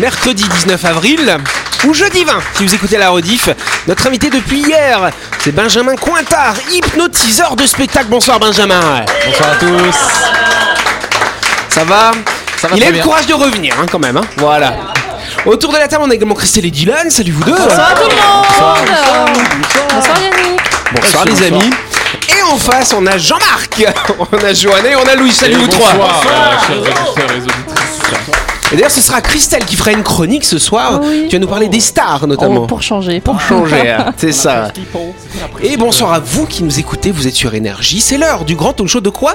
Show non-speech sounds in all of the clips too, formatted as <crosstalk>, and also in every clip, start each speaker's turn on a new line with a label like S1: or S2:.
S1: mercredi 19 avril ou jeudi 20 si vous écoutez la rediff. Notre invité depuis hier, c'est Benjamin Cointard, hypnotiseur de spectacle. Bonsoir Benjamin.
S2: Bonsoir à tous.
S1: Ça va,
S2: Ça va
S1: Il a eu
S2: très
S1: le
S2: bien.
S1: courage de revenir hein, quand même. hein. Voilà. Autour de la table, on a également Christelle et Dylan. Salut vous deux.
S3: Bonsoir tout le monde Bonsoir Yannick
S1: Bonsoir les
S2: Bonsoir.
S1: amis. Et en face, on a Jean-Marc, <laughs> on a Johanna et on a Louis. Salut vous trois.
S2: Bonsoir, euh, chers auditeurs et auditrices.
S1: Et d'ailleurs, ce sera Christelle qui fera une chronique ce soir.
S3: Ah oui.
S1: Tu vas nous parler des stars notamment.
S3: Oh, Pour changer.
S1: pour
S3: <laughs>
S1: changer, hein, c'est ça. Et bonsoir à vous qui nous écoutez, vous êtes sur Énergie, c'est l'heure du grand talk show de quoi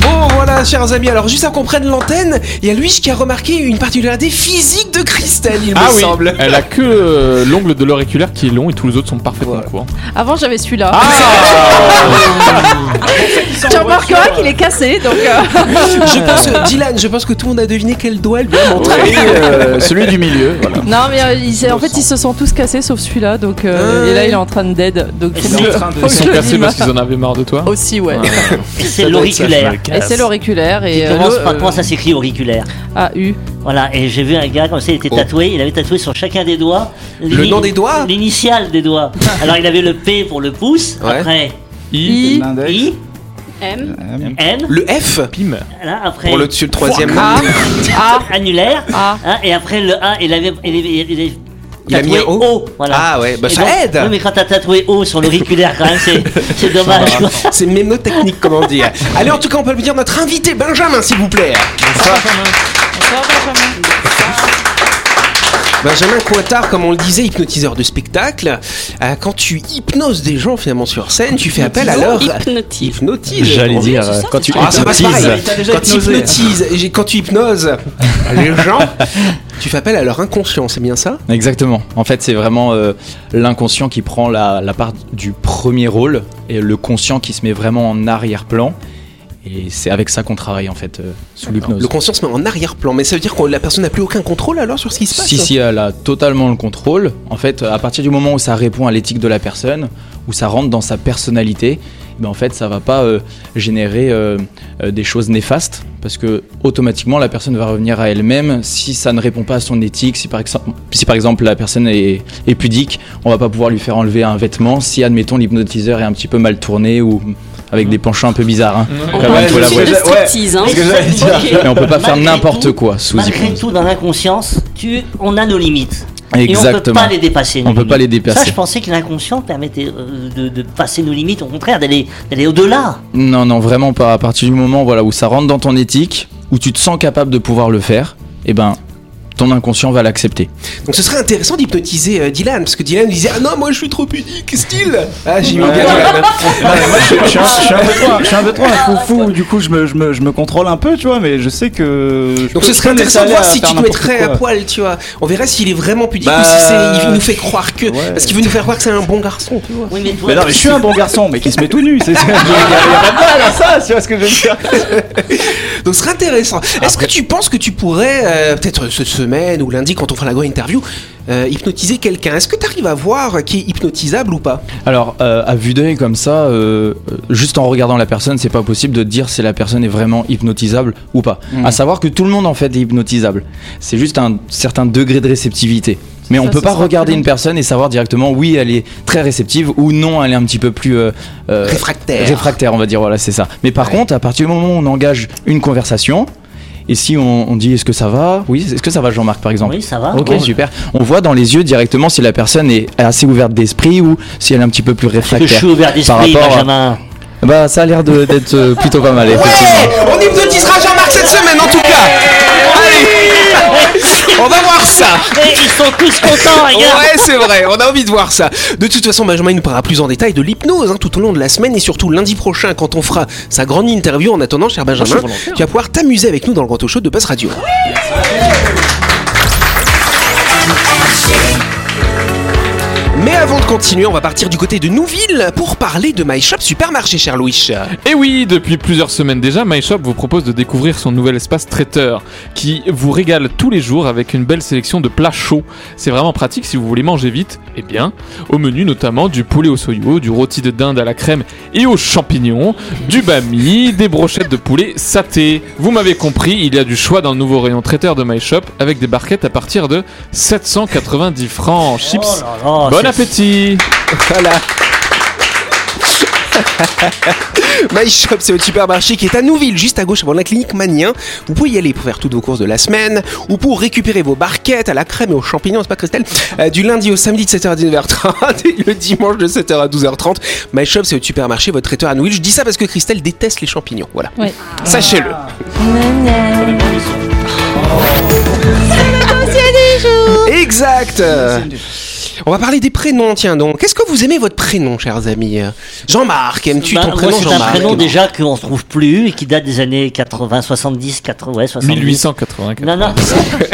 S1: Bon voilà chers amis, alors juste avant qu'on prenne l'antenne, il y a Louis qui a remarqué une particularité physique de Christelle, il
S2: Ah
S1: me <laughs>
S2: oui,
S1: semble.
S2: elle a que euh, l'ongle de l'auriculaire qui est long et tous les autres sont parfaitement
S1: Ouais.
S2: courts.
S3: Avant j'avais celui-là. tu
S4: en
S3: remarqueras qu'il est cassé donc. euh,
S1: Je pense que, Dylan, je pense que tout le monde a deviné quel doigt elle vient montrer.
S2: euh, celui du milieu, voilà.
S3: Non mais euh, ils- en fait ils se sont tous cassés sauf celui-là donc euh,
S1: Ouais.
S3: et là il est en train de dead donc
S4: Ils sont en train de-
S3: Faut
S2: Ils
S3: que
S2: sont
S3: je le
S2: cassés
S3: dise.
S2: parce qu'ils en avaient marre de toi.
S3: aussi ouais.
S4: C'est
S1: l'auriculaire.
S4: l'auriculaire.
S3: Et c'est l'auriculaire
S4: Qui
S3: et euh,
S4: commence par comment ça s'écrit auriculaire
S3: A U.
S4: Voilà, et j'ai vu un gars comme ça, il était tatoué, il avait tatoué sur chacun des doigts.
S1: Oh. Le
S4: l'ini-
S1: nom des doigts
S4: L'initiale
S1: <laughs>
S4: des doigts. Alors il avait le P pour le pouce,
S1: Ouais.
S4: après
S3: I
S4: I,
S3: M
S4: N,
S1: Le F
S2: Pim.
S4: voilà, après
S1: pour le dessus le troisième
S3: A
S1: main.
S3: A
S4: annulaire,
S3: A.
S4: hein, et après le A, il avait. Il avait- il avait-
S1: Il a
S4: tatoué
S1: mis un O
S4: voilà.
S1: Ah ouais, bah
S4: Et
S1: ça
S4: donc-
S1: aide.
S4: Oui, mais quand t'as tatoué O sur l'auriculaire, quand même,
S1: <laughs>
S4: c'est c'est dommage. quoi.
S1: C'est mémotechnique comment dire. Allez en tout cas on peut le dire notre invité Benjamin s'il vous plaît. Benjamin Cointard, comme on le disait, hypnotiseur de spectacle. Euh, quand tu hypnoses des gens finalement sur scène, tu fais appel à leur
S5: Hypnotise.
S1: hypnotise.
S6: J'allais dire, euh, quand tu
S1: Ah, ça passe
S6: hypnotises,
S1: pareil. Quand tu hypnotises, j'ai- quand tu hypnoses les gens, tu fais appel à leur inconscient, c'est bien ça
S6: Exactement. En fait, c'est vraiment euh, l'inconscient qui prend la, la part du premier rôle et le conscient qui se met vraiment en arrière-plan. Et c'est avec ça qu'on travaille en fait euh, sous
S1: Le
S6: l'hypnose.
S1: conscient se met en arrière-plan, mais ça veut dire que la personne n'a plus aucun contrôle alors sur ce qui se passe
S6: Si, si, elle a totalement le contrôle. En fait, à partir du moment où ça répond à l'éthique de la personne, où ça rentre dans sa personnalité, ben en fait, ça va pas euh, générer euh, euh, des choses néfastes parce que automatiquement la personne va revenir à elle-même si ça ne répond pas à son éthique. Si par exemple, si par exemple la personne est, est pudique, on va pas pouvoir lui faire enlever un vêtement si, admettons, l'hypnotiseur est un petit peu mal tourné ou
S4: Mhm.
S6: avec des penchants un peu bizarres. hein.
S3: Mhm.
S5: On
S6: Quand même,
S5: parle
S6: faut
S5: de
S6: l'avouer.
S5: film de striptease, hein.
S6: Mais on peut pas faire
S4: Malgré
S6: n'importe
S4: tout,
S6: quoi sous
S4: Malgré
S6: hypnose.
S4: tout, dans l'inconscience, tu, on a nos limites. Et on peut
S6: Exactement.
S4: pas les dépasser. nos
S6: On peut
S4: limites.
S6: pas les dépasser.
S4: Ça, je pensais que l'inconscient permettait euh, de, de passer nos limites, au contraire, d'aller, d'aller au-delà.
S6: Non, non, vraiment pas. À partir du moment voilà, où ça rentre dans ton éthique, où tu te sens capable de pouvoir le faire, eh ben, ton inconscient va
S7: <laughs>
S6: l'accepter.
S1: Donc ce serait intéressant d'hypnotiser euh, Dylan, parce que Dylan disait Ah non, moi je suis trop pudique, style Ah, j'y mets bien Dylan.
S7: je, suis un, je suis un peu trop, je suis un peu trop un foufou, du coup je me, je, me, je me contrôle un peu, tu vois, mais je sais que. je
S1: Donc
S7: peux-
S1: ce
S7: je
S1: serait
S7: peux me laisser
S1: intéressant de
S7: aller
S1: voir si tu
S7: faire
S1: te mettrais
S7: n'importe
S1: à
S7: quoi.
S1: poil, tu vois. On verra s'il est vraiment pudique
S7: Bah,
S1: ou si c'est, il nous fait croire que.
S7: ouais.
S1: Parce qu'il veut nous faire croire que c'est un bon garçon, tu vois.
S4: Oui, mais toi,
S7: Mais non, mais je suis un bon garçon, mais qui se met tout nu, c'est ça. Il y a pas de mal à ça, tu vois ce que je veux dire.
S1: Donc ce serait intéressant. Est-ce que tu penses que tu pourrais, euh, peut-être cette semaine ou lundi, quand on fera la grande interview, euh, hypnotiser quelqu'un Est-ce que tu arrives à voir qui est hypnotisable ou pas
S6: Alors, euh, à vue d'œil comme ça, euh, euh, juste en regardant la personne, c'est pas possible de dire si la personne est vraiment hypnotisable ou pas. À savoir que tout le monde en fait est hypnotisable. C'est juste un certain degré de réceptivité. Mais on
S3: ça,
S6: peut
S3: ce
S6: pas
S3: sera
S6: regarder
S3: plus
S6: une personne et savoir directement oui, elle est très réceptive ou non, elle est un petit peu plus euh, euh,
S1: Réfractaire.
S6: Réfractaire, on va dire, voilà, c'est ça. Mais par contre, à partir du moment où on engage une conversation, et si on, on dit est-ce que ça va Oui, est-ce que ça va Jean-Marc par exemple
S4: Oui, ça va.
S6: Ok,
S4: Bon.
S6: super. On voit dans les yeux directement si la personne est assez ouverte d'esprit ou si elle est un petit peu plus
S4: je
S6: réfractaire.
S4: suis ouvert d'esprit,
S6: Par rapport à-
S4: Benjamin.
S6: Bah, ça a l'air de- d'être euh, plutôt pas mal, effectivement.
S1: Ouais On hypnotisera Jean-Marc cette semaine en tout cas Allez <laughs> On va voir ça ça.
S4: Et ils sont
S1: <laughs>
S4: tous contents, les gars.
S1: Ouais, c'est vrai, on a envie de voir ça. De toute façon, Benjamin nous parlera plus en détail de l'hypnose hein, tout au long de la semaine et surtout lundi prochain quand on fera sa grande interview. En attendant, cher Benjamin, tu vas pouvoir t'amuser avec nous dans le Grand Talk Show de Buzz Radio. Mais avant de continuer, on va partir du côté de Nouville pour parler de My Shop Supermarché, cher Louis.
S2: Et oui, depuis plusieurs semaines déjà, MyShop vous propose de découvrir son nouvel espace traiteur qui vous régale tous les jours avec une belle sélection de plats chauds. C'est vraiment pratique si vous voulez manger vite et bien. Au menu notamment du poulet au soyo, du rôti de dinde à la crème et aux champignons, du bami, des brochettes de poulet saté. Vous m'avez compris, il y a du choix dans le nouveau rayon traiteur de MyShop avec des barquettes à partir de 790 francs. Chips,
S4: Oh,
S2: bon
S4: c'est-
S2: appétit
S1: Voilà. <laughs> My Shop, c'est votre supermarché qui est à Nouville, juste à gauche avant la clinique Manien. Vous pouvez y aller pour faire toutes vos courses de la semaine ou pour récupérer vos barquettes à la crème et aux champignons, c'est pas Christelle Euh, Du lundi au samedi de 7h à 19h30 <laughs> et le dimanche de 7h à 12h30. My Shop, c'est votre supermarché, votre traiteur à Nouville. Je dis ça parce que Christelle déteste les champignons. Voilà.
S3: Ouais.
S1: Sachez-le. Exact. On va parler des prénoms, tiens donc. Qu'est-ce que vous aimez votre prénom, chers amis Jean-Marc, aimes-tu
S4: Bah,
S1: ton
S4: moi,
S1: prénom
S4: C'est un
S1: Jean-Marc
S4: prénom déjà qu'on ne trouve plus et qui date des années 80, 70, 80, ouais, 70.
S2: 1884.
S4: Non, non,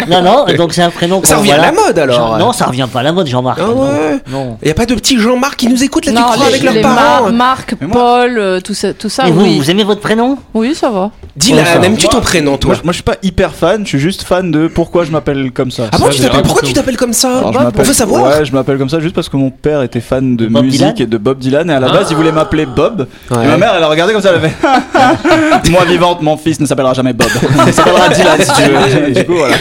S4: non,
S6: <laughs>
S4: non, donc c'est un prénom qu'on
S1: Ça revient
S4: voilà.
S1: à la mode alors
S4: Jean- Non, ça revient pas à la mode, Jean-Marc.
S1: Ah
S4: non.
S1: ouais
S4: Non.
S1: Il n'y a pas de petit Jean-Marc qui nous écoute là, tu crois,
S3: les,
S1: avec leurs
S3: les
S1: parents
S3: Mar- Marc,
S6: Mais moi-
S3: Paul, euh, tout ça, tout ça
S4: Et
S1: Ah
S4: vous,
S3: oui.
S4: vous aimez votre prénom
S3: oui, ça va.
S1: Dylan,
S6: Enfin,
S1: aimes-tu ton prénom, toi
S6: Moi, je- moi, je suis pas hyper fan, je suis juste fan de pourquoi je m'appelle comme ça.
S1: Ah bon,
S2: Ça,
S1: tu
S2: j'ai
S1: t'appelles-
S2: raconté
S1: pourquoi
S2: au-
S1: tu t'appelles comme ça
S6: Alors, je
S1: Ah, bah, On
S6: m'appelle-
S1: veut savoir
S6: Ouais, je m'appelle comme ça juste parce que mon père était fan de
S4: Bob
S6: musique
S4: Dylan Ah.
S6: et de Bob Dylan et à la base il voulait m'appeler Bob.
S1: Ouais.
S6: Et ma mère elle a regardé comme ça, elle a fait <laughs> Moi vivante, mon fils ne s'appellera jamais Bob. Il s'appellera Dylan si tu
S1: <laughs>
S6: veux. Et du coup, voilà.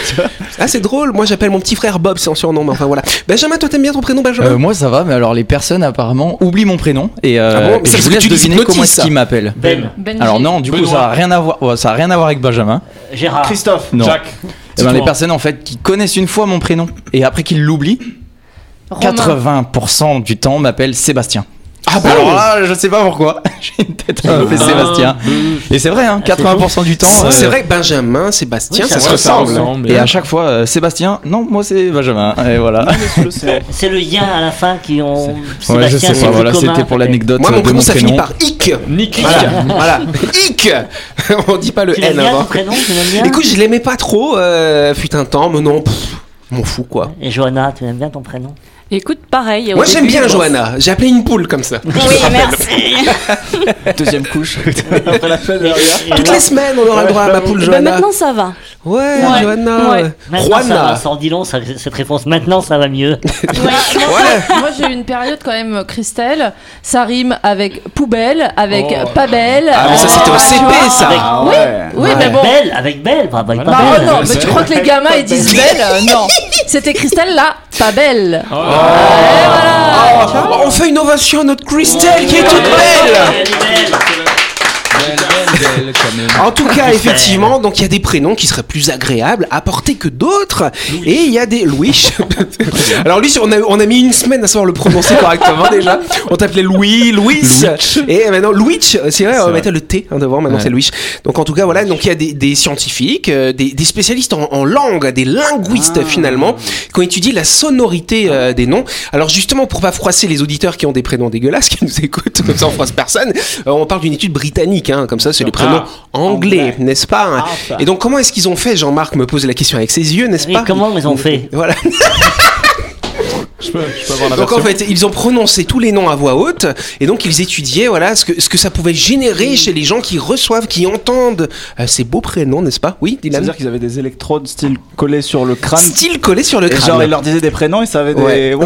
S1: Ah, c'est drôle, moi j'appelle mon petit frère Bob, c'est en surnom, mais enfin voilà. Benjamin, toi t'aimes bien ton prénom, Benjamin
S7: Euh, moi ça va, mais alors les personnes apparemment oublient mon prénom et euh,
S1: Ah bon Mais
S7: et
S1: ça,
S7: je
S1: c'est
S7: vous
S1: que
S7: laisse
S1: tu
S7: deviner
S1: disnotis,
S7: comment est-ce
S1: ça.
S7: qu'ils m'appellent.
S4: Ben,
S7: Alors non, du coup
S2: Benoît.
S7: ça a rien à voir, ouais, ça a rien à voir avec Benjamin.
S4: Gérard.
S6: Christophe.
S7: Non.
S2: Jack.
S7: Eh ben,
S2: Dites-moi.
S7: les personnes en fait qui connaissent une fois mon prénom et après qu'ils l'oublient, 80% du temps m'appellent Sébastien.
S1: Ah bon
S7: Alors là, je sais pas pourquoi. <laughs> J'ai une tête à m'appeler Sébastien. Et c'est
S1: Ah,
S7: vrai, hein, 80% du temps.
S1: C'est
S7: euh,
S1: vrai que Benjamin, Sébastien,
S4: Oui,
S1: ça,
S4: ça
S1: se
S4: va,
S2: Ça
S1: ressemble.
S2: ressemble.
S7: Et à chaque fois, euh, Sébastien, non, moi c'est Benjamin. Et voilà.
S4: C'est le yin à la fin qui ont.
S7: Ouais, je
S4: Sébastien,
S7: sais
S4: c'est
S7: pas,
S4: plus
S7: voilà,
S4: commun.
S7: c'était pour l'anecdote
S1: Moi,
S7: euh,
S1: mon
S7: de
S1: prénom,
S7: mon
S1: ça finit
S7: prénom.
S1: par Ick.
S2: Nick.
S6: Ah,
S1: Voilà, voilà. Ick Ah. <laughs> On dit pas le
S4: Tu l'aimes
S1: N
S4: bien
S1: avant.
S4: ton prénom Tu l'aimes bien
S1: Écoute, je l'aimais pas trop, euh, fut un temps, mais non, pff, je m'en fous quoi.
S4: Et Johanna, tu aimes bien
S3: <laughs>
S4: ton prénom
S3: Écoute, pareil. au
S1: Moi j'aime
S3: début,
S1: bien
S3: je pense-
S1: Johanna, j'ai appelé une poule comme ça.
S8: Oui,
S4: <laughs>
S8: merci.
S6: Deuxième
S7: <laughs>
S6: couche. Après la fête derrière.
S1: Toutes les semaines on aura le droit à ma poule
S8: Bah,
S1: Johanna.
S8: maintenant ça va.
S1: Ouais, Johanna.
S8: ouais.
S4: Maintenant, ça va,
S1: Juana.
S4: sans dit long, ça- cette réponse. Maintenant, ça va mieux.
S1: Ouais.
S3: <laughs> Moi, j'ai eu une période quand même, Christelle. Ça rime avec poubelle, avec
S2: Oh.
S3: pas belle.
S1: Ah, mais ça
S3: avec-
S1: c'était au
S3: tu vois.
S1: CP ça.
S6: Ah ouais.
S3: Oui,
S1: Ouais.
S3: mais bon.
S4: Belle, avec Belle, pas avec
S3: Bah,
S4: pas
S3: oh non,
S4: Belle.
S3: mais tu crois que les gamins ils disent belle Euh, Non. C'était Christelle là, pas belle.
S1: Oh, on fait une ovation à notre Christelle qui est toute belle.
S4: Elle est belle.
S1: En tout cas, effectivement, donc il y a des prénoms qui seraient plus agréables à porter que d'autres. Et il y a des Louis. <laughs> Alors lui, on a, on a mis une semaine à savoir le prononcer <laughs> correctement déjà. On t'appelait Louis, Louis. Et euh, maintenant Louis, c'est vrai, on mettait le T hein, devant, maintenant c'est Louis. Donc en tout cas, voilà, donc il y a des, des scientifiques, euh, des, des spécialistes en, en langue, des linguistes finalement, qui ont étudié la sonorité euh, des noms. Alors justement, pour pas froisser les auditeurs qui ont des prénoms dégueulasses, qui nous <laughs> écoutent, comme ça on froisse personne, euh, on parle d'une étude britannique, hein, comme ça c'est les prénoms anglais, n'est-ce pas hein Et donc comment est-ce qu'ils ont fait Jean-Marc me pose la question avec ses yeux, n'est-ce
S4: Et
S1: pas
S4: comment ils ont fait
S1: Voilà.
S2: Je peux, je peux avoir la
S1: Donc en
S2: version
S1: fait, ils ont prononcé tous les noms à voix haute et donc ils étudiaient voilà ce que ce que ça pouvait générer chez les gens qui reçoivent, qui entendent euh, ces beaux prénoms, n'est-ce pas Oui, Dylan.
S6: C'est-à-dire qu'ils avaient des électrodes style collées sur le crâne.
S1: Style collé sur le
S6: Et
S1: crâne.
S6: genre, ils leur disaient des prénoms, ils savaient des.
S1: Ouais. Ouais,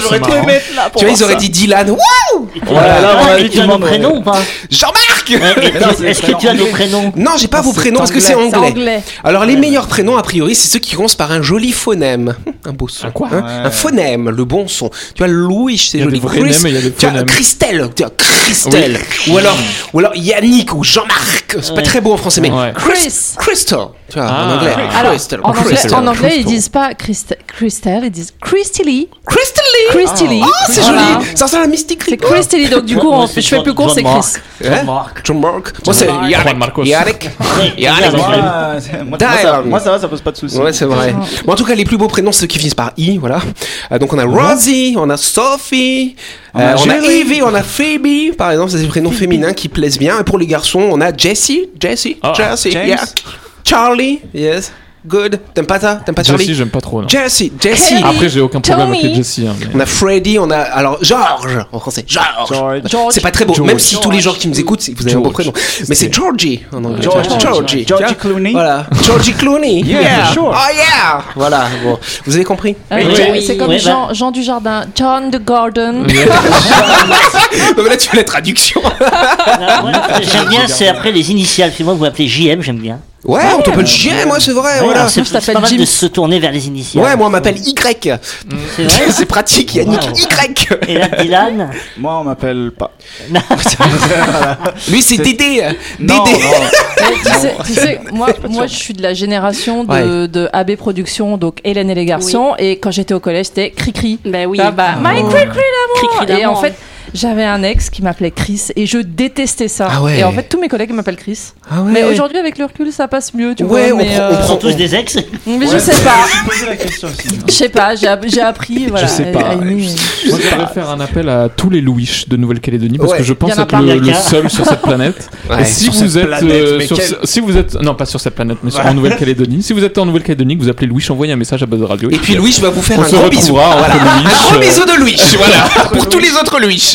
S6: j'aurais
S2: marrant.
S6: mettre là
S1: tu vois, ils auraient dit Dylan. Wouah
S6: Voilà, là, on a
S4: Et
S6: tout
S4: tu as
S6: le
S4: nos
S6: monde,
S4: prénoms ou pas
S1: Jean-Marc
S4: Est-ce
S6: c'est
S4: est-ce que tu as nos prénoms
S1: <laughs> Non, j'ai
S2: Ah,
S1: pas vos prénoms parce que c'est
S3: C'est
S1: anglais.
S3: anglais.
S1: Alors les meilleurs prénoms a priori, c'est ceux qui commencent par un joli phonème, Hum, un beau son.
S2: quoi
S1: hein.
S6: Ouais.
S1: Un phonème, le bon son. Tu vois, Louis, c'est
S2: Il y a
S1: joli.
S2: des vrais
S1: Chris-
S2: nems et il y a des
S1: tu vois,
S2: phonèmes.
S1: Christelle, tu vois, Christelle. Ou alors, ou alors Yannick ou Jean-Marc. C'est pas très beau en français, mais
S2: Ouais.
S1: Chris, Crystal. Tu vois, en
S2: Ah.
S1: anglais.
S2: Chris.
S3: Alors,
S1: Crystal,
S3: en anglais,
S1: Crystal,
S3: en anglais, ils
S1: Crystal.
S3: disent pas Christ- Christelle, ils disent Christelle.
S1: Crystal
S3: Christy Lee.
S1: Ah, c'est
S3: Voilà.
S1: joli Ça ressemble à Mystic
S3: C'est
S1: Creek.
S3: Christy Lee, donc du coup,
S4: Moi,
S3: on-
S4: Oh, c'est
S3: je fais
S4: John-
S3: plus court,
S4: John
S3: c'est
S4: Mark.
S3: Chris.
S1: Hein
S4: Marc.
S1: John Mark. Moi, c'est
S2: Mark. Juan Marcos.
S1: Yarek. Yarek. Yarek.
S6: Moi, Ah, c'est- moi, ça- moi, ça, moi, ça va, ça pose pas de soucis.
S1: Ouais, c'est vrai. Bon, en tout cas, les plus beaux prénoms, ceux qui finissent par I, voilà. Euh, donc, on a Rosie, on a Sophie, euh, on, a
S6: Jerry.
S1: Evie, on a Phoebe, par exemple, c'est des prénoms féminins qui plaisent bien. Et pour les garçons, on a Jesse, Jesse,
S2: Ah,
S1: Jesse,
S6: James.
S1: yeah. Charlie, yes, good. T'aimes pas ça T'aimes pas
S2: Jessie,
S1: Bah, Charlie
S2: j'aime pas trop. non.
S1: Jesse, Jesse.
S3: Kelly.
S2: Après, j'ai aucun problème
S3: Tommy.
S2: avec Jessie. hein, mais-
S1: On a Freddy, on a alors George en français. George. C'est pas très beau, même si tous les gens qui nous écoutent, c'est- vous avez un beau prénom. Mais c'est Georgie en anglais.
S6: Georgie.
S1: Georgie.
S6: Georgie Clooney.
S1: Voilà. Georgie <laughs> Clooney.
S6: Yeah, for sure.
S1: Oh yeah. Voilà. Bon, vous avez compris.
S3: Euh,
S4: Oui.
S3: Jean-
S4: Oui.
S3: C'est comme
S4: Oui, bah.
S3: Jean, Jean du Jardin, John the Garden.
S1: <laughs> Non, mais là, tu fais la traduction.
S4: Ah, moi, J'aime bien, c'est après les initiales. Puis moi, vous m'appelez JM, j'aime bien.
S1: <laughs> Ouais, on t'appelle chien, moi, c'est vrai. Voilà.
S4: Ouais, c'est
S3: Moi, je t'appelle
S4: c'est pas mal
S3: Jim.
S4: de se tourner vers les initiales.
S1: Ouais, moi, on m'appelle Y.
S4: C'est vrai.
S1: <laughs> C'est pratique, Yannick
S4: Wow.
S1: <laughs> Y.
S4: Et là, Dylan.
S6: Moi, on m'appelle pas.
S1: <laughs> Lui, c'est Dédé.
S6: Non,
S1: Dédé.
S6: non.
S3: Mais tu sais, tu sais, moi, moi, je suis de la génération de, de AB Productions, donc Hélène et les garçons. Et quand j'étais au collège, c'était Cricri.
S8: Bah oui.
S3: Là, bah, My Cricri
S8: Cricri
S3: d'amour. Et en
S8: d'amour.
S3: fait, j'avais un ex qui m'appelait Chris et je détestais ça.
S1: Ah ouais.
S3: Et en fait, tous mes collègues m'appellent Chris.
S1: Ah ouais.
S3: Mais aujourd'hui, avec le recul, ça passe mieux, tu
S1: Ouais,
S3: vois.
S1: on
S3: mais, euh,
S1: prend- on
S4: Ils sont tous des
S1: <laughs>
S4: ex.
S3: mais je sais pas.
S6: Posez la question aussi.
S3: Je sais pas, j'ai app- j'ai appris. Voilà,
S6: sais pas.
S3: à aimer.
S2: Moi, je voudrais faire un appel à tous les Louis de Nouvelle-Calédonie parce
S1: Ouais.
S2: que je pense
S3: Y en a
S2: être
S3: pas.
S2: le,
S4: Y en a
S2: le
S4: qu'un.
S2: seul
S3: <laughs>
S2: sur cette planète.
S1: Ouais.
S2: Et si
S6: Sur
S2: vous
S6: cette
S2: êtes
S6: planète,
S2: euh,
S6: mais
S2: sur
S6: quel-
S2: ce- si vous êtes non pas sur cette planète mais sur en Nouvelle-Calédonie, si vous êtes en Nouvelle-Calédonie, que vous appelez Louis, envoyez un message à Buzz Radio.
S1: Et puis, Louis, je vais vous faire
S2: on
S1: un
S2: se
S1: gros bisou.
S2: retrouvera entre Louis.
S1: Un gros
S2: euh,
S1: bisou de <laughs> Louis, voilà, pour tous les autres Louis.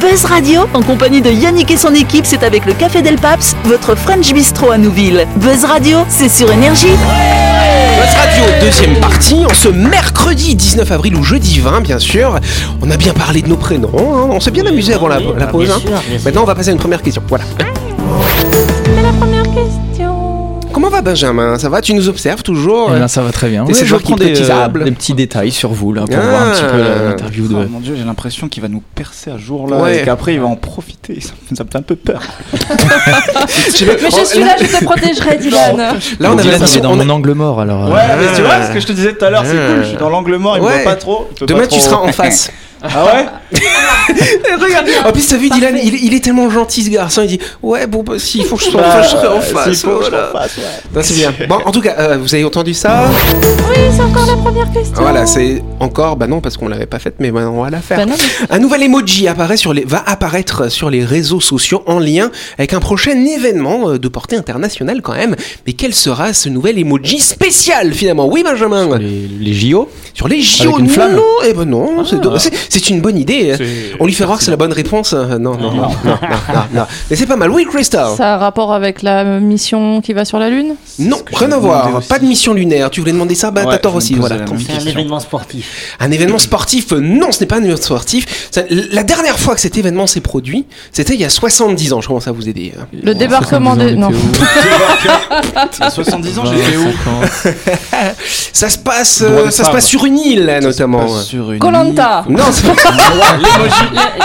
S9: Buzz Radio, en compagnie de Yannick et son équipe, c'est avec le Café Del Paps, votre French Bistro à Nouville. Buzz Radio, c'est sur Énergie.
S1: Buzz Radio, deuxième partie, en ce mercredi 19 avril ou jeudi 20, bien sûr. On a bien parlé de nos prénoms, hein, on s'est bien amusé avant la,
S4: Oui,
S1: la
S4: bah,
S1: pause.
S4: bien
S1: hein.
S4: sûr, bien sûr.
S1: Maintenant, on va passer à une première question. Voilà. Comment va Benjamin Ça va Tu nous observes toujours
S7: Eh ben, ça va très bien.
S1: T'es ce
S7: je
S1: genre qui
S7: prends des, euh,
S1: hypnotisable.
S7: des petits détails sur vous là pour
S1: Ah.
S7: voir un petit peu la- l'interview
S6: Oh
S7: de.
S6: mon dieu, j'ai l'impression qu'il va nous percer à jour là
S1: Ouais.
S6: et qu'après il va en profiter. <laughs> Ça, me- ça me fait un peu peur.
S3: Mais je suis là, je te protégerai, Dylan.
S1: Là, on
S7: Dylan,
S1: avait
S7: il
S1: l'impression-
S7: est dans
S1: on a-
S7: mon angle mort alors. euh,
S6: Ouais, mais tu vois ce que je te disais tout à l'heure, c'est
S1: Ah.
S6: cool. Je suis dans l'angle mort, il
S1: Ouais.
S6: me voit pas trop. il peut
S1: Demain,
S6: pas
S1: tu
S6: trop-
S1: seras en face.
S6: <laughs> Ah ouais
S1: Eh, regarde. En plus, t'as vu, Dylan, il, il est tellement gentil ce garçon. Il dit Ouais, bon, bah, s'il faut que je sois en face, je serai en
S6: Bah, s'il
S1: face.
S6: faut que je sois en
S1: voilà.
S6: face, ouais.
S1: Non, c'est bien. Bon, en tout cas, euh, vous avez entendu ça
S3: C'est encore la première question.
S1: Voilà, c'est encore, bah non, parce qu'on l'avait pas faite, mais maintenant on va la faire.
S3: Bah non, mais-
S1: Un nouvel emoji apparaît sur les, va apparaître sur les réseaux sociaux en lien avec un prochain événement euh, de portée internationale quand même. Mais quel sera ce nouvel emoji spécial finalement Oui Benjamin Sur les,
S7: Les, les JO
S1: JO
S7: Avec une
S1: non,
S7: flamme
S1: non, eh ben non, c'est do- c'est c'est une bonne idée. hein.
S2: c'est-
S1: On lui fait voir que c'est la bonne réponse. Euh, non, non, non, non, non, non, non. Mais c'est pas mal. Oui Crystal
S3: Ça a rapport avec la mission qui va sur la Lune
S1: Non,
S6: que
S1: rien
S6: je
S1: à
S6: me demandais
S1: voir.
S6: aussi.
S1: Pas de mission lunaire. Tu voulais demander ça Bah
S6: Ouais,
S1: t'as tort
S6: je me
S1: aussi.
S6: posais
S1: Voilà,
S6: la
S1: tant
S6: même
S1: pis.
S4: C'est un événement sportif.
S1: Un événement sportif euh, Non, ce n'est pas un événement sportif. Ça- La dernière fois que cet événement s'est produit, c'était il y a 70 ans. Je commence à vous aider. hein.
S3: Le débarquement des.
S2: 70
S3: Non.
S2: ans, on était où
S3: <laughs>
S6: À 70 ans, j'étais où
S2: 50.
S1: Ça se passe,
S6: Droit
S1: euh,
S6: des
S1: ça se passe
S6: femmes.
S1: sur une île, là, notamment. hein.
S6: Sur une
S3: Colanta
S1: Non, c'est pas-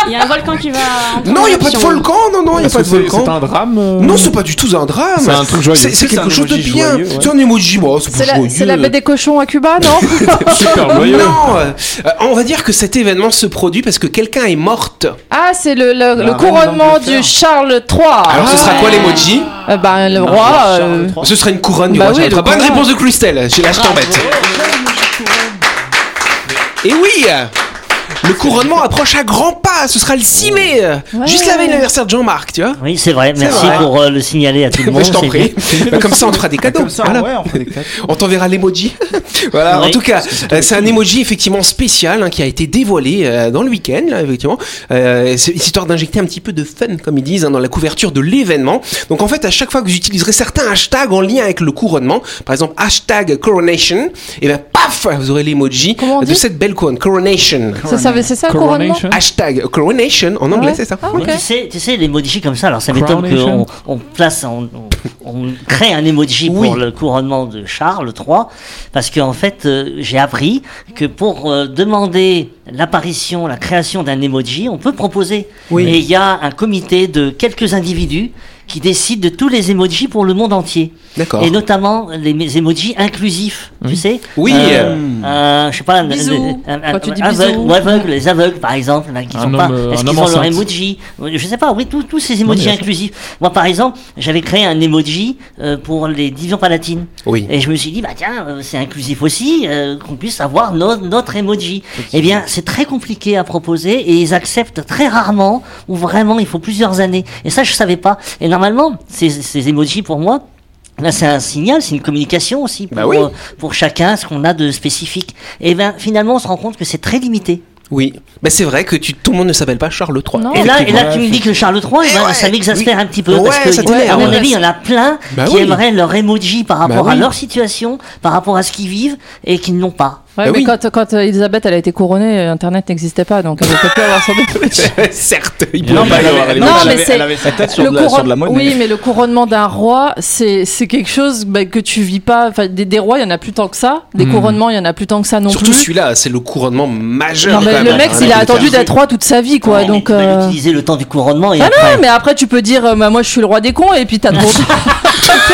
S8: Il y a un volcan qui
S1: <laughs>
S8: va.
S1: non, il n'y a pas de volcan. Non, non, il n'y a
S2: Est-ce
S1: pas
S2: que
S1: de
S2: C'est
S1: volcan.
S2: c'est un drame. euh,
S1: Non, c'est pas du tout un drame.
S2: C'est un truc joyeux.
S1: C'est- C'est
S6: C'est
S1: quelque
S6: un
S1: chose de
S6: emoji
S1: bien.
S6: joyeux, ouais.
S1: C'est un emoji, bon, c'est
S3: C'est
S1: pas
S3: la, c'est la
S1: joyeux.
S3: baie des cochons à Cuba,
S1: <laughs>
S3: non
S2: super Oh, joyeux.
S1: Non, euh, euh, on va dire que cet événement se produit parce que quelqu'un est morte.
S3: Ah, c'est le, le- le
S6: reine
S3: couronnement
S6: d'Angleterre.
S3: du Charles III.
S1: Alors ce sera quoi l'emoji
S3: Euh, ben, le roi. euh,
S1: Oh. Ce sera une couronne du
S3: Bah
S1: roi
S3: oui,
S1: Charles III.
S3: le
S1: Bonne
S3: couronne.
S1: réponse de Christelle. J'ai l'âge t'embête. Et oui le couronnement approche à grands pas, ce sera le 6 mai,
S3: Ouais.
S1: juste la veille de l'anniversaire de Jean-Marc, tu vois.
S4: Oui, c'est vrai. Merci
S1: vrai.
S4: pour euh, le signaler à tout le
S1: Moi
S4: monde.
S1: <laughs> je t'en
S4: c'est
S1: prie. Bah, comme ça on te fera des cadeaux.
S6: Comme ça,
S1: Voilà.
S6: ouais, on fait des claques.
S1: On t'enverra
S4: <laughs>
S1: l'emoji. voilà. En
S4: Oui.
S1: tout cas, euh, c'est un emoji effectivement spécial hein, qui a été dévoilé euh, dans le week-end, là, effectivement. Euh, c'est c'est histoire d'injecter un petit peu de fun, comme ils disent, hein, dans la couverture de l'événement. Donc en fait, à chaque fois que vous utiliserez certains hashtags en lien avec le couronnement, par exemple hashtag coronation, et ben paf, vous aurez l'emoji
S3: Comment on
S1: de
S3: dit
S1: cette belle couronne, coronation.
S3: C'est ça savez, c'est ça le Ah, couronnement
S2: Coronation.
S1: Hashtag coronation en anglais,
S3: Ouais.
S1: c'est ça
S3: Ah,
S4: Mais
S3: ok.
S4: tu, sais, tu sais, l'emoji comme ça, alors ça m'étonne qu'on
S2: Coronation.
S4: on place, on, on- on crée un emoji pour le couronnement de Charles III, parce qu'en fait, euh, j'ai appris que pour euh, demander l'apparition, la création d'un emoji, on peut proposer. Et il y a un comité de quelques individus qui décident de tous les emojis pour le monde entier.
S1: D'accord.
S4: Et notamment les mes- emojis inclusifs, tu sais
S1: Oui.
S4: Euh, euh, je sais pas,
S8: Bisous.
S4: un- un-
S8: Quand tu dis
S4: aveugle,
S8: bisous.
S4: ou aveugle, les aveugles par exemple, là, qui
S2: Un
S4: sont
S2: homme,
S4: pas,
S2: euh,
S4: est-ce
S2: un
S4: qu'ils
S2: homme
S4: ont leur
S2: enceinte.
S4: emoji Euh, Je sais pas, oui, tous tous ces emojis
S2: bien sûr.
S4: inclusifs. Moi par exemple, j'avais créé un emoji euh, pour les divisions palatines.
S1: Oui.
S4: Et je me suis dit, bah tiens, euh, c'est inclusif aussi, euh, qu'on puisse avoir no- notre emoji. Eh bien, c'est très compliqué à proposer et ils acceptent très rarement, ou vraiment, il faut plusieurs années. Et ça, je savais pas. Et normalement, ces, ces emojis pour moi, Là, c'est un signal, c'est une communication aussi pour,
S1: Bah oui.
S4: euh, pour chacun ce qu'on a de spécifique. Et ben finalement, on se rend compte que c'est très limité.
S1: Oui. Bah, c'est vrai que tu, tout le monde ne s'appelle pas Charles III.
S3: Non.
S4: Et là, et là,
S6: Effectivement,
S4: tu me dis que Charles III, eh ben,
S1: ouais,
S4: ça m'exaspère
S1: oui.
S4: un petit peu.
S1: Ouais,
S4: parce
S1: ça
S4: que,
S1: t'énerve,
S4: à mon
S1: ouais.
S4: avis, il y en a plein
S1: Bah
S4: qui
S1: oui.
S4: aimeraient leur emoji par rapport
S1: Bah
S4: à
S1: oui.
S4: leur situation, par rapport à ce qu'ils vivent et qu'ils n'ont pas.
S6: Ah
S3: Ouais,
S1: Bah
S3: mais
S1: oui.
S3: quand, quand euh, Elisabeth elle a été couronnée, euh, Internet n'existait pas, donc elle ne peut pas
S1: <laughs>
S3: avoir son
S1: <laughs> Certes, il peut
S6: Non, mais
S1: pas
S6: elle
S1: le-
S6: avait-
S3: Non,
S6: elle
S3: mais
S6: avait-
S3: c'est-
S6: elle avait sa tête sur
S3: Le
S6: de la- sur
S3: couronne-
S6: de la mode.
S3: Oui, mais le couronnement d'un roi, c'est c'est quelque chose bah, que tu vis pas. Enfin, des, des rois, il y en a plus tant que ça. Des
S2: Mm.
S3: couronnements, il y en a plus tant que ça non
S1: Hmm. Surtout
S3: plus.
S1: celui-là, c'est le couronnement majeur.
S3: Non, mais
S1: quand
S3: le
S1: même,
S3: mec,
S1: hein, Oh,
S3: il a
S1: de
S3: attendu
S1: faire.
S3: d'être roi toute sa vie, quoi.
S4: Ouais, mais
S3: donc.
S4: tu vas
S3: euh,
S4: l'utiliser le temps du couronnement et
S3: Ah
S4: après.
S3: non, mais après tu peux dire, euh, bah, moi je suis le roi des cons, et puis t'as
S4: <laughs>
S3: ton. <laughs>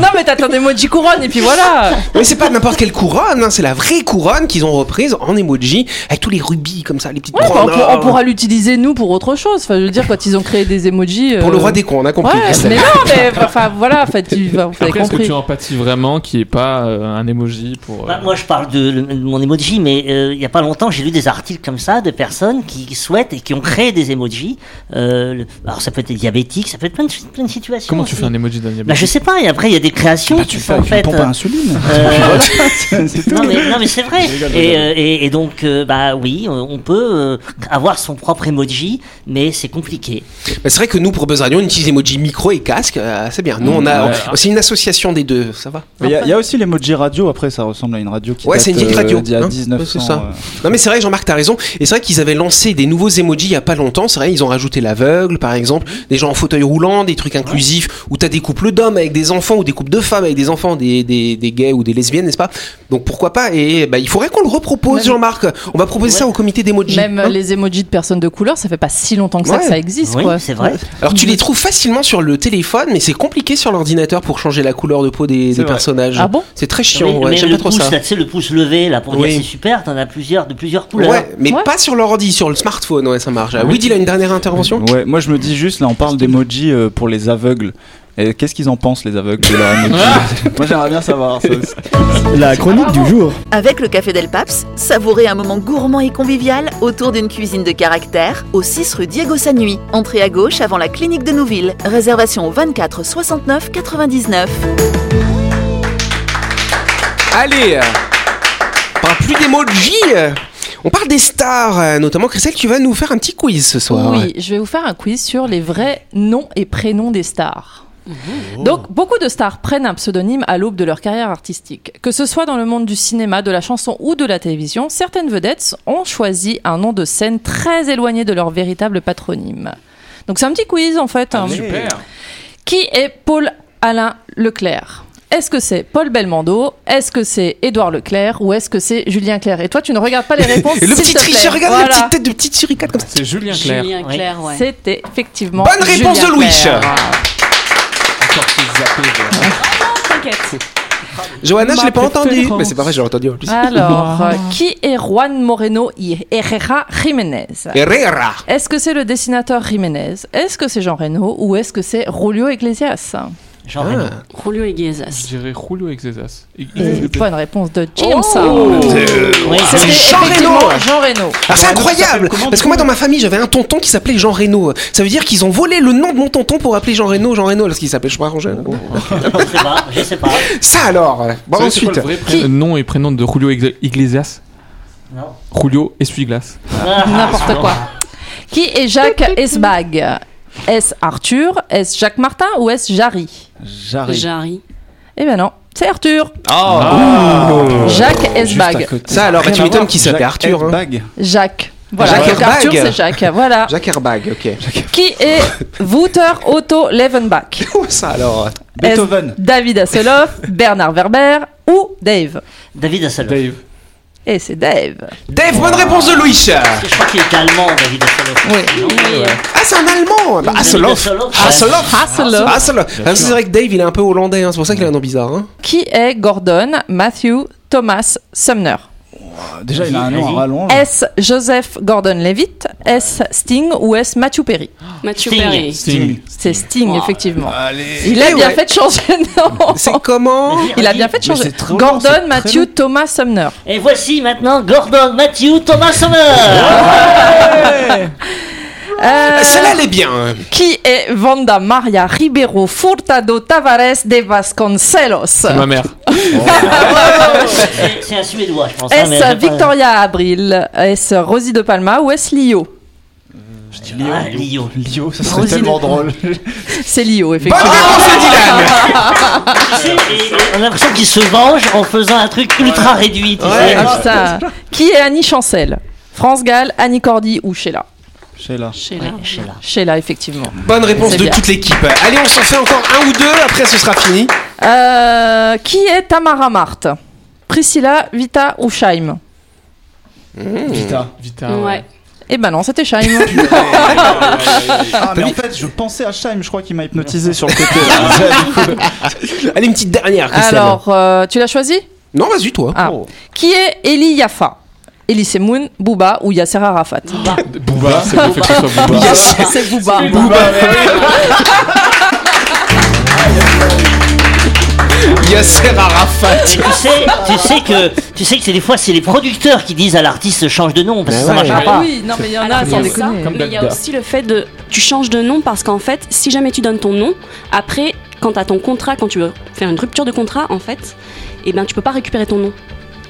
S3: non, mais t'as ton emoji couronne, et puis voilà.
S1: Mais c'est pas n'importe quelle couronne, hein, c'est la vraie couronne qu'ils ont reprise en emoji avec tous les rubis comme ça, les petites
S3: Ouais, bah, on,
S1: couronnes.
S3: pour- on pourra l'utiliser nous pour autre chose. Enfin, je veux dire, quand ils ont créé des emojis.
S1: Pour le
S3: euh,
S1: roi des cons, on a compris.
S3: Ouais, mais non, mais enfin voilà, en fait, tu, vous avez
S2: Après, est-ce que
S3: compris.
S2: tu empathies vraiment qu'il n'y ait pas euh, un emoji pour.
S4: Bah,
S2: euh,
S4: moi, je parle de, le- de mon emoji, mais euh, il y a pas longtemps, j'ai lu des articles comme ça de personnes qui souhaitent et qui ont créé des emojis. Euh, le- alors, ça peut être diabétique, ça peut être plein de, plein de situations.
S2: Comment tu fais
S4: aussi.
S2: un emoji d'un diabète
S4: bah, Je sais pas, et après, il y a des créations
S6: Bah,
S4: qui
S6: tu
S4: sont
S6: fais une
S4: faites.
S6: pompe à insuline.
S4: euh,
S6: <laughs> C'est tout.
S4: non, mais, non, mais c'est vrai. Et, euh, et- et donc, euh, bah oui, on on peut euh, avoir son propre emoji, mais c'est compliqué.
S1: Bah, c'est vrai que nous, pour Buzz Radio, on utilise emoji micro et casque, euh, c'est bien. Nous, on a.
S2: Ouais.
S1: C'est une association des deux, ça va.
S6: Mais Il y, a- il y a aussi l'emoji radio, après ça ressemble à une radio qui
S1: Ouais,
S6: date,
S1: c'est une vieille
S6: euh,
S1: radio,
S6: d'il y a
S1: hein.
S6: 1900.
S1: Ouais, c'est ça.
S6: euh.
S1: Non, mais c'est vrai, Jean-Marc, t'as raison. Et c'est vrai qu'ils avaient lancé des nouveaux emojis il y a pas longtemps. C'est vrai, ils ont rajouté l'aveugle, par exemple, des gens en fauteuil roulant, des trucs inclusifs où t'as des couples d'hommes avec des enfants ou des couples de femmes avec des enfants, des, des, des gays ou des lesbiennes, n'est-ce pas Donc pourquoi pas Et bah, il faudrait qu'on le repropose,
S3: Même-
S1: Jean-Marc. On va proposer ça au comité d'emojis.
S3: Même
S1: hein.
S3: les emojis de personnes de couleur, ça fait pas si longtemps que ça que
S1: Ouais.
S3: ça existe,
S4: Oui,
S3: quoi.
S4: c'est vrai.
S1: Alors tu les trouves facilement sur le téléphone, mais c'est compliqué sur l'ordinateur pour changer la couleur de peau des, des
S6: vrai.
S1: personnages.
S3: Ah bon
S1: C'est très chiant,
S4: mais,
S1: ouais,
S4: mais
S1: j'aime
S4: le
S1: pas trop
S4: pouce,
S1: ça.
S4: là, tu sais, le pouce levé, là, pour
S1: Oui.
S4: dire c'est super, t'en as plusieurs, de plusieurs couleurs.
S1: Ouais, mais
S3: Ouais.
S1: pas sur leur ordi, sur le smartphone, ouais, ça marche. Ah, Oui, il a une dernière intervention
S6: Ouais, moi je me dis juste, là on parle d'emoji euh, pour les aveugles. Et Qu'est-ce qu'ils en pensent les aveugles de leur <laughs> emoji Moi j'aimerais bien savoir. ça <laughs> aussi.
S10: La chronique du jour.
S9: Avec le Café Del Paps, savourez un moment gourmand et convivial autour d'une cuisine de caractère au 6 rue Diego Sanui. Entrée à gauche avant la clinique de Nouville. Réservation au 24 69 99.
S1: Allez euh, On parle plus d'emoji euh, On parle des stars, euh, notamment Christelle, tu vas nous faire un petit quiz ce soir.
S3: Oui, je vais vous faire un quiz sur les vrais noms et prénoms des stars.
S1: Mmh.
S3: Donc, beaucoup de stars prennent un pseudonyme à l'aube de leur carrière artistique. Que ce soit dans le monde du cinéma, de la chanson ou de la télévision, certaines vedettes ont choisi un nom de scène très éloigné de leur véritable patronyme. Donc, c'est un petit quiz en fait. hein.
S2: Super
S3: Qui est Paul Alain Leclerc Est-ce que c'est Paul Belmondo Est-ce que c'est Édouard Leclerc Ou est-ce que c'est Julien Clerc Et toi, tu ne
S1: <laughs>
S3: regardes pas les réponses.
S1: Et le
S3: s'il
S1: petit
S3: te plaît.
S1: tricheur, regarde la
S3: Voilà.
S1: petite tête de petite suricate comme ça.
S2: C'est Julien Clerc.
S8: Julien
S4: Ouais.
S8: Clerc, ouais.
S3: C'est effectivement.
S1: Bonne réponse
S3: Oh, Julien
S1: de Louis.
S3: Clerc.
S2: Encore plus zappé, voilà.
S8: T'inquiète.
S1: <laughs> Johanna, je l'ai pas
S2: Ma
S1: entendu.
S2: préférence.
S1: Mais c'est pas vrai, je l'ai entendu en plus.
S3: Alors, euh, qui est Juan Moreno y Herrera Jiménez
S1: Herrera. Ah,
S3: Est-ce que c'est le dessinateur Jiménez Est-ce que c'est Jean Reno Ou est-ce que c'est Rolio Iglesias
S6: Euh,
S4: Genre,
S1: Ah.
S8: Julio
S2: Je
S8: Iglesias.
S2: dirais Julio Exesas.
S3: Bonne réponse de James.
S4: oui,
S3: C'était
S1: Jean Reno.
S3: effectivement Jean Reno.
S1: Ah, c'est
S6: Jean Reno, ça
S1: incroyable
S6: s'appelle comment,
S1: Parce que
S6: du
S1: moi
S6: coup
S1: dans ma famille j'avais un tonton qui s'appelait Jean Reno. Ça veut dire qu'ils ont volé le nom de mon tonton pour appeler Jean Reno Jean Reno lorsqu'il s'appelait je crois Jean Reno.
S4: je sais pas, je sais pas.
S1: Ça alors Bon ensuite.
S2: Le nom et prénom de Julio Igle- Iglesias.
S4: Non.
S2: Julio Essuie-Glace.
S3: N'importe quoi. Qui est Jacques Esbag Est-ce Arthur Est-ce Jacques Martin Ou est-ce Jarry
S6: J'arrive.
S8: Jarry.
S3: Eh ben non, C'est Arthur.
S2: Ah.
S3: Jacques
S6: Euh, à
S3: Esbag.
S6: côté.
S1: Ça, alors,
S6: Rien
S1: tu
S6: à
S1: m'étonnes
S6: voir.
S1: qu'il s'appelait
S6: Jacques
S1: Arthur, hein.
S6: Edbag.
S3: Jacques. Voilà,
S1: Jacques
S3: donc Arthur,
S1: Herbag.
S3: c'est Jacques. Voilà.
S1: Jacques Herbag, <laughs> ok.
S3: Qui est Wouter Otto Levenbach
S1: Comment ça alors
S6: Beethoven.
S3: Est-ce David Hasselhoff, Bernard Werber ou Dave
S4: David Hasselhoff.
S2: Dave.
S3: Et c'est Dave.
S1: Dave, bonne réponse de Louis
S4: Je crois qu'il est allemand, David Hasselhoff.
S3: Oui.
S4: Non, euh,
S1: Ah, c'est un Allemand bah, Hasselhoff
S4: Hasselhoff, ouais.
S1: Hasselhoff
S3: Hasselhoff.
S1: Hasselhoff Ah, C'est vrai que Dave, il est un peu hollandais, hein, c'est pour ça qu'il a un nom bizarre.
S3: <laughs>
S1: hein.
S3: Qui est Gordon Matthew Thomas Sumner
S6: Ah, Déjà, il a un nom
S4: Vas-y.
S6: à rallonge.
S3: Est-ce Joseph Gordon-Levitt Est-ce Sting ou est-ce Matthew Perry
S8: Mathieu
S4: Sting.
S8: Perry.
S2: Sting.
S3: C'est Sting,
S8: Oh,
S3: effectivement.
S6: Allez.
S3: Il a
S1: Eh
S3: bien
S1: ouais.
S3: fait de changer de nom.
S1: C'est comment
S3: Il a bien fait de
S6: Mais
S3: changer.
S6: c'est trop long, c'est
S3: Gordon
S6: très
S3: Matthew
S6: long.
S3: Thomas Sumner.
S4: Et voici maintenant Gordon, Matthew, Thomas Sommer.
S3: Euh,
S1: Celle-là, elle est bien. hein.
S3: qui est Vanda Maria Ribeiro Furtado Tavares de Vasconcelos
S2: C'est ma mère.
S4: C'est- C'est un Suédois, je pense. hein, mais
S3: Est-ce
S4: j'ai pas-
S3: Victoria Abril Est-ce Rosie de Palma ou est-ce Lio
S4: Ah, Lio.
S6: Lio, ça serait tellement
S1: <laughs>
S6: drôle.
S3: C'est Lio,
S1: Bonne
S4: Bah,
S3: effectivement.
S2: Ah,
S1: réponse de Dylan
S4: Tu sais, et- et On a l'impression qu'il se venge en faisant un truc ultra réduit. tu sais.
S3: Ah, putain. Qui est Annie Chancel France Gall, Annie Cordy ou Sheila
S6: Sheila.
S8: Sheila.
S4: Sheila.
S3: Sheila, effectivement.
S1: Bonne réponse
S3: C'est
S1: de
S3: bien.
S1: toute l'équipe. Allez, on s'en fait encore un ou deux, après ce sera
S2: <laughs>
S1: fini.
S3: Euh, qui est Tamara Mart Priscilla, Vita ou Shaim
S6: Vita.
S2: Vita.
S8: Ouais.
S3: Eh ben non, c'était
S4: <laughs>
S3: Shaim.
S6: Ah, mais en fait, je pensais à Shaim, je crois qu'il m'a hypnotisé sur le côté. là.
S7: <laughs>
S1: Allez, une petite dernière, Christelle.
S3: Alors, euh, tu l'as choisi
S1: Non, vas-y, toi.
S3: Ah.
S4: Oh.
S3: Qui est Eli Yafa Eli Semoun, Booba ou Yasser Arafat
S2: Booba. C'est le fait que ce soit Booba.
S3: <laughs> C'est Booba.
S1: bah,
S6: <laughs>
S1: Yasser Arafat.
S4: Et tu sais, tu sais que, tu sais que c'est des fois c'est les producteurs qui disent à l'artiste change de nom parce que
S1: Mais
S4: ça
S1: ouais.
S4: marchera pas.
S3: Ah, oui, non mais il y en
S8: Ah, Alors,
S3: a,
S8: il y
S3: sans
S8: a ça,
S3: déconner.
S2: Comme
S8: mais il y a
S2: Dada.
S8: aussi le fait de. Tu changes de nom parce qu'en fait, si jamais tu donnes ton nom, après, quand t'as ton contrat, quand tu veux faire une rupture de contrat, en fait, eh ben, tu peux pas récupérer ton nom.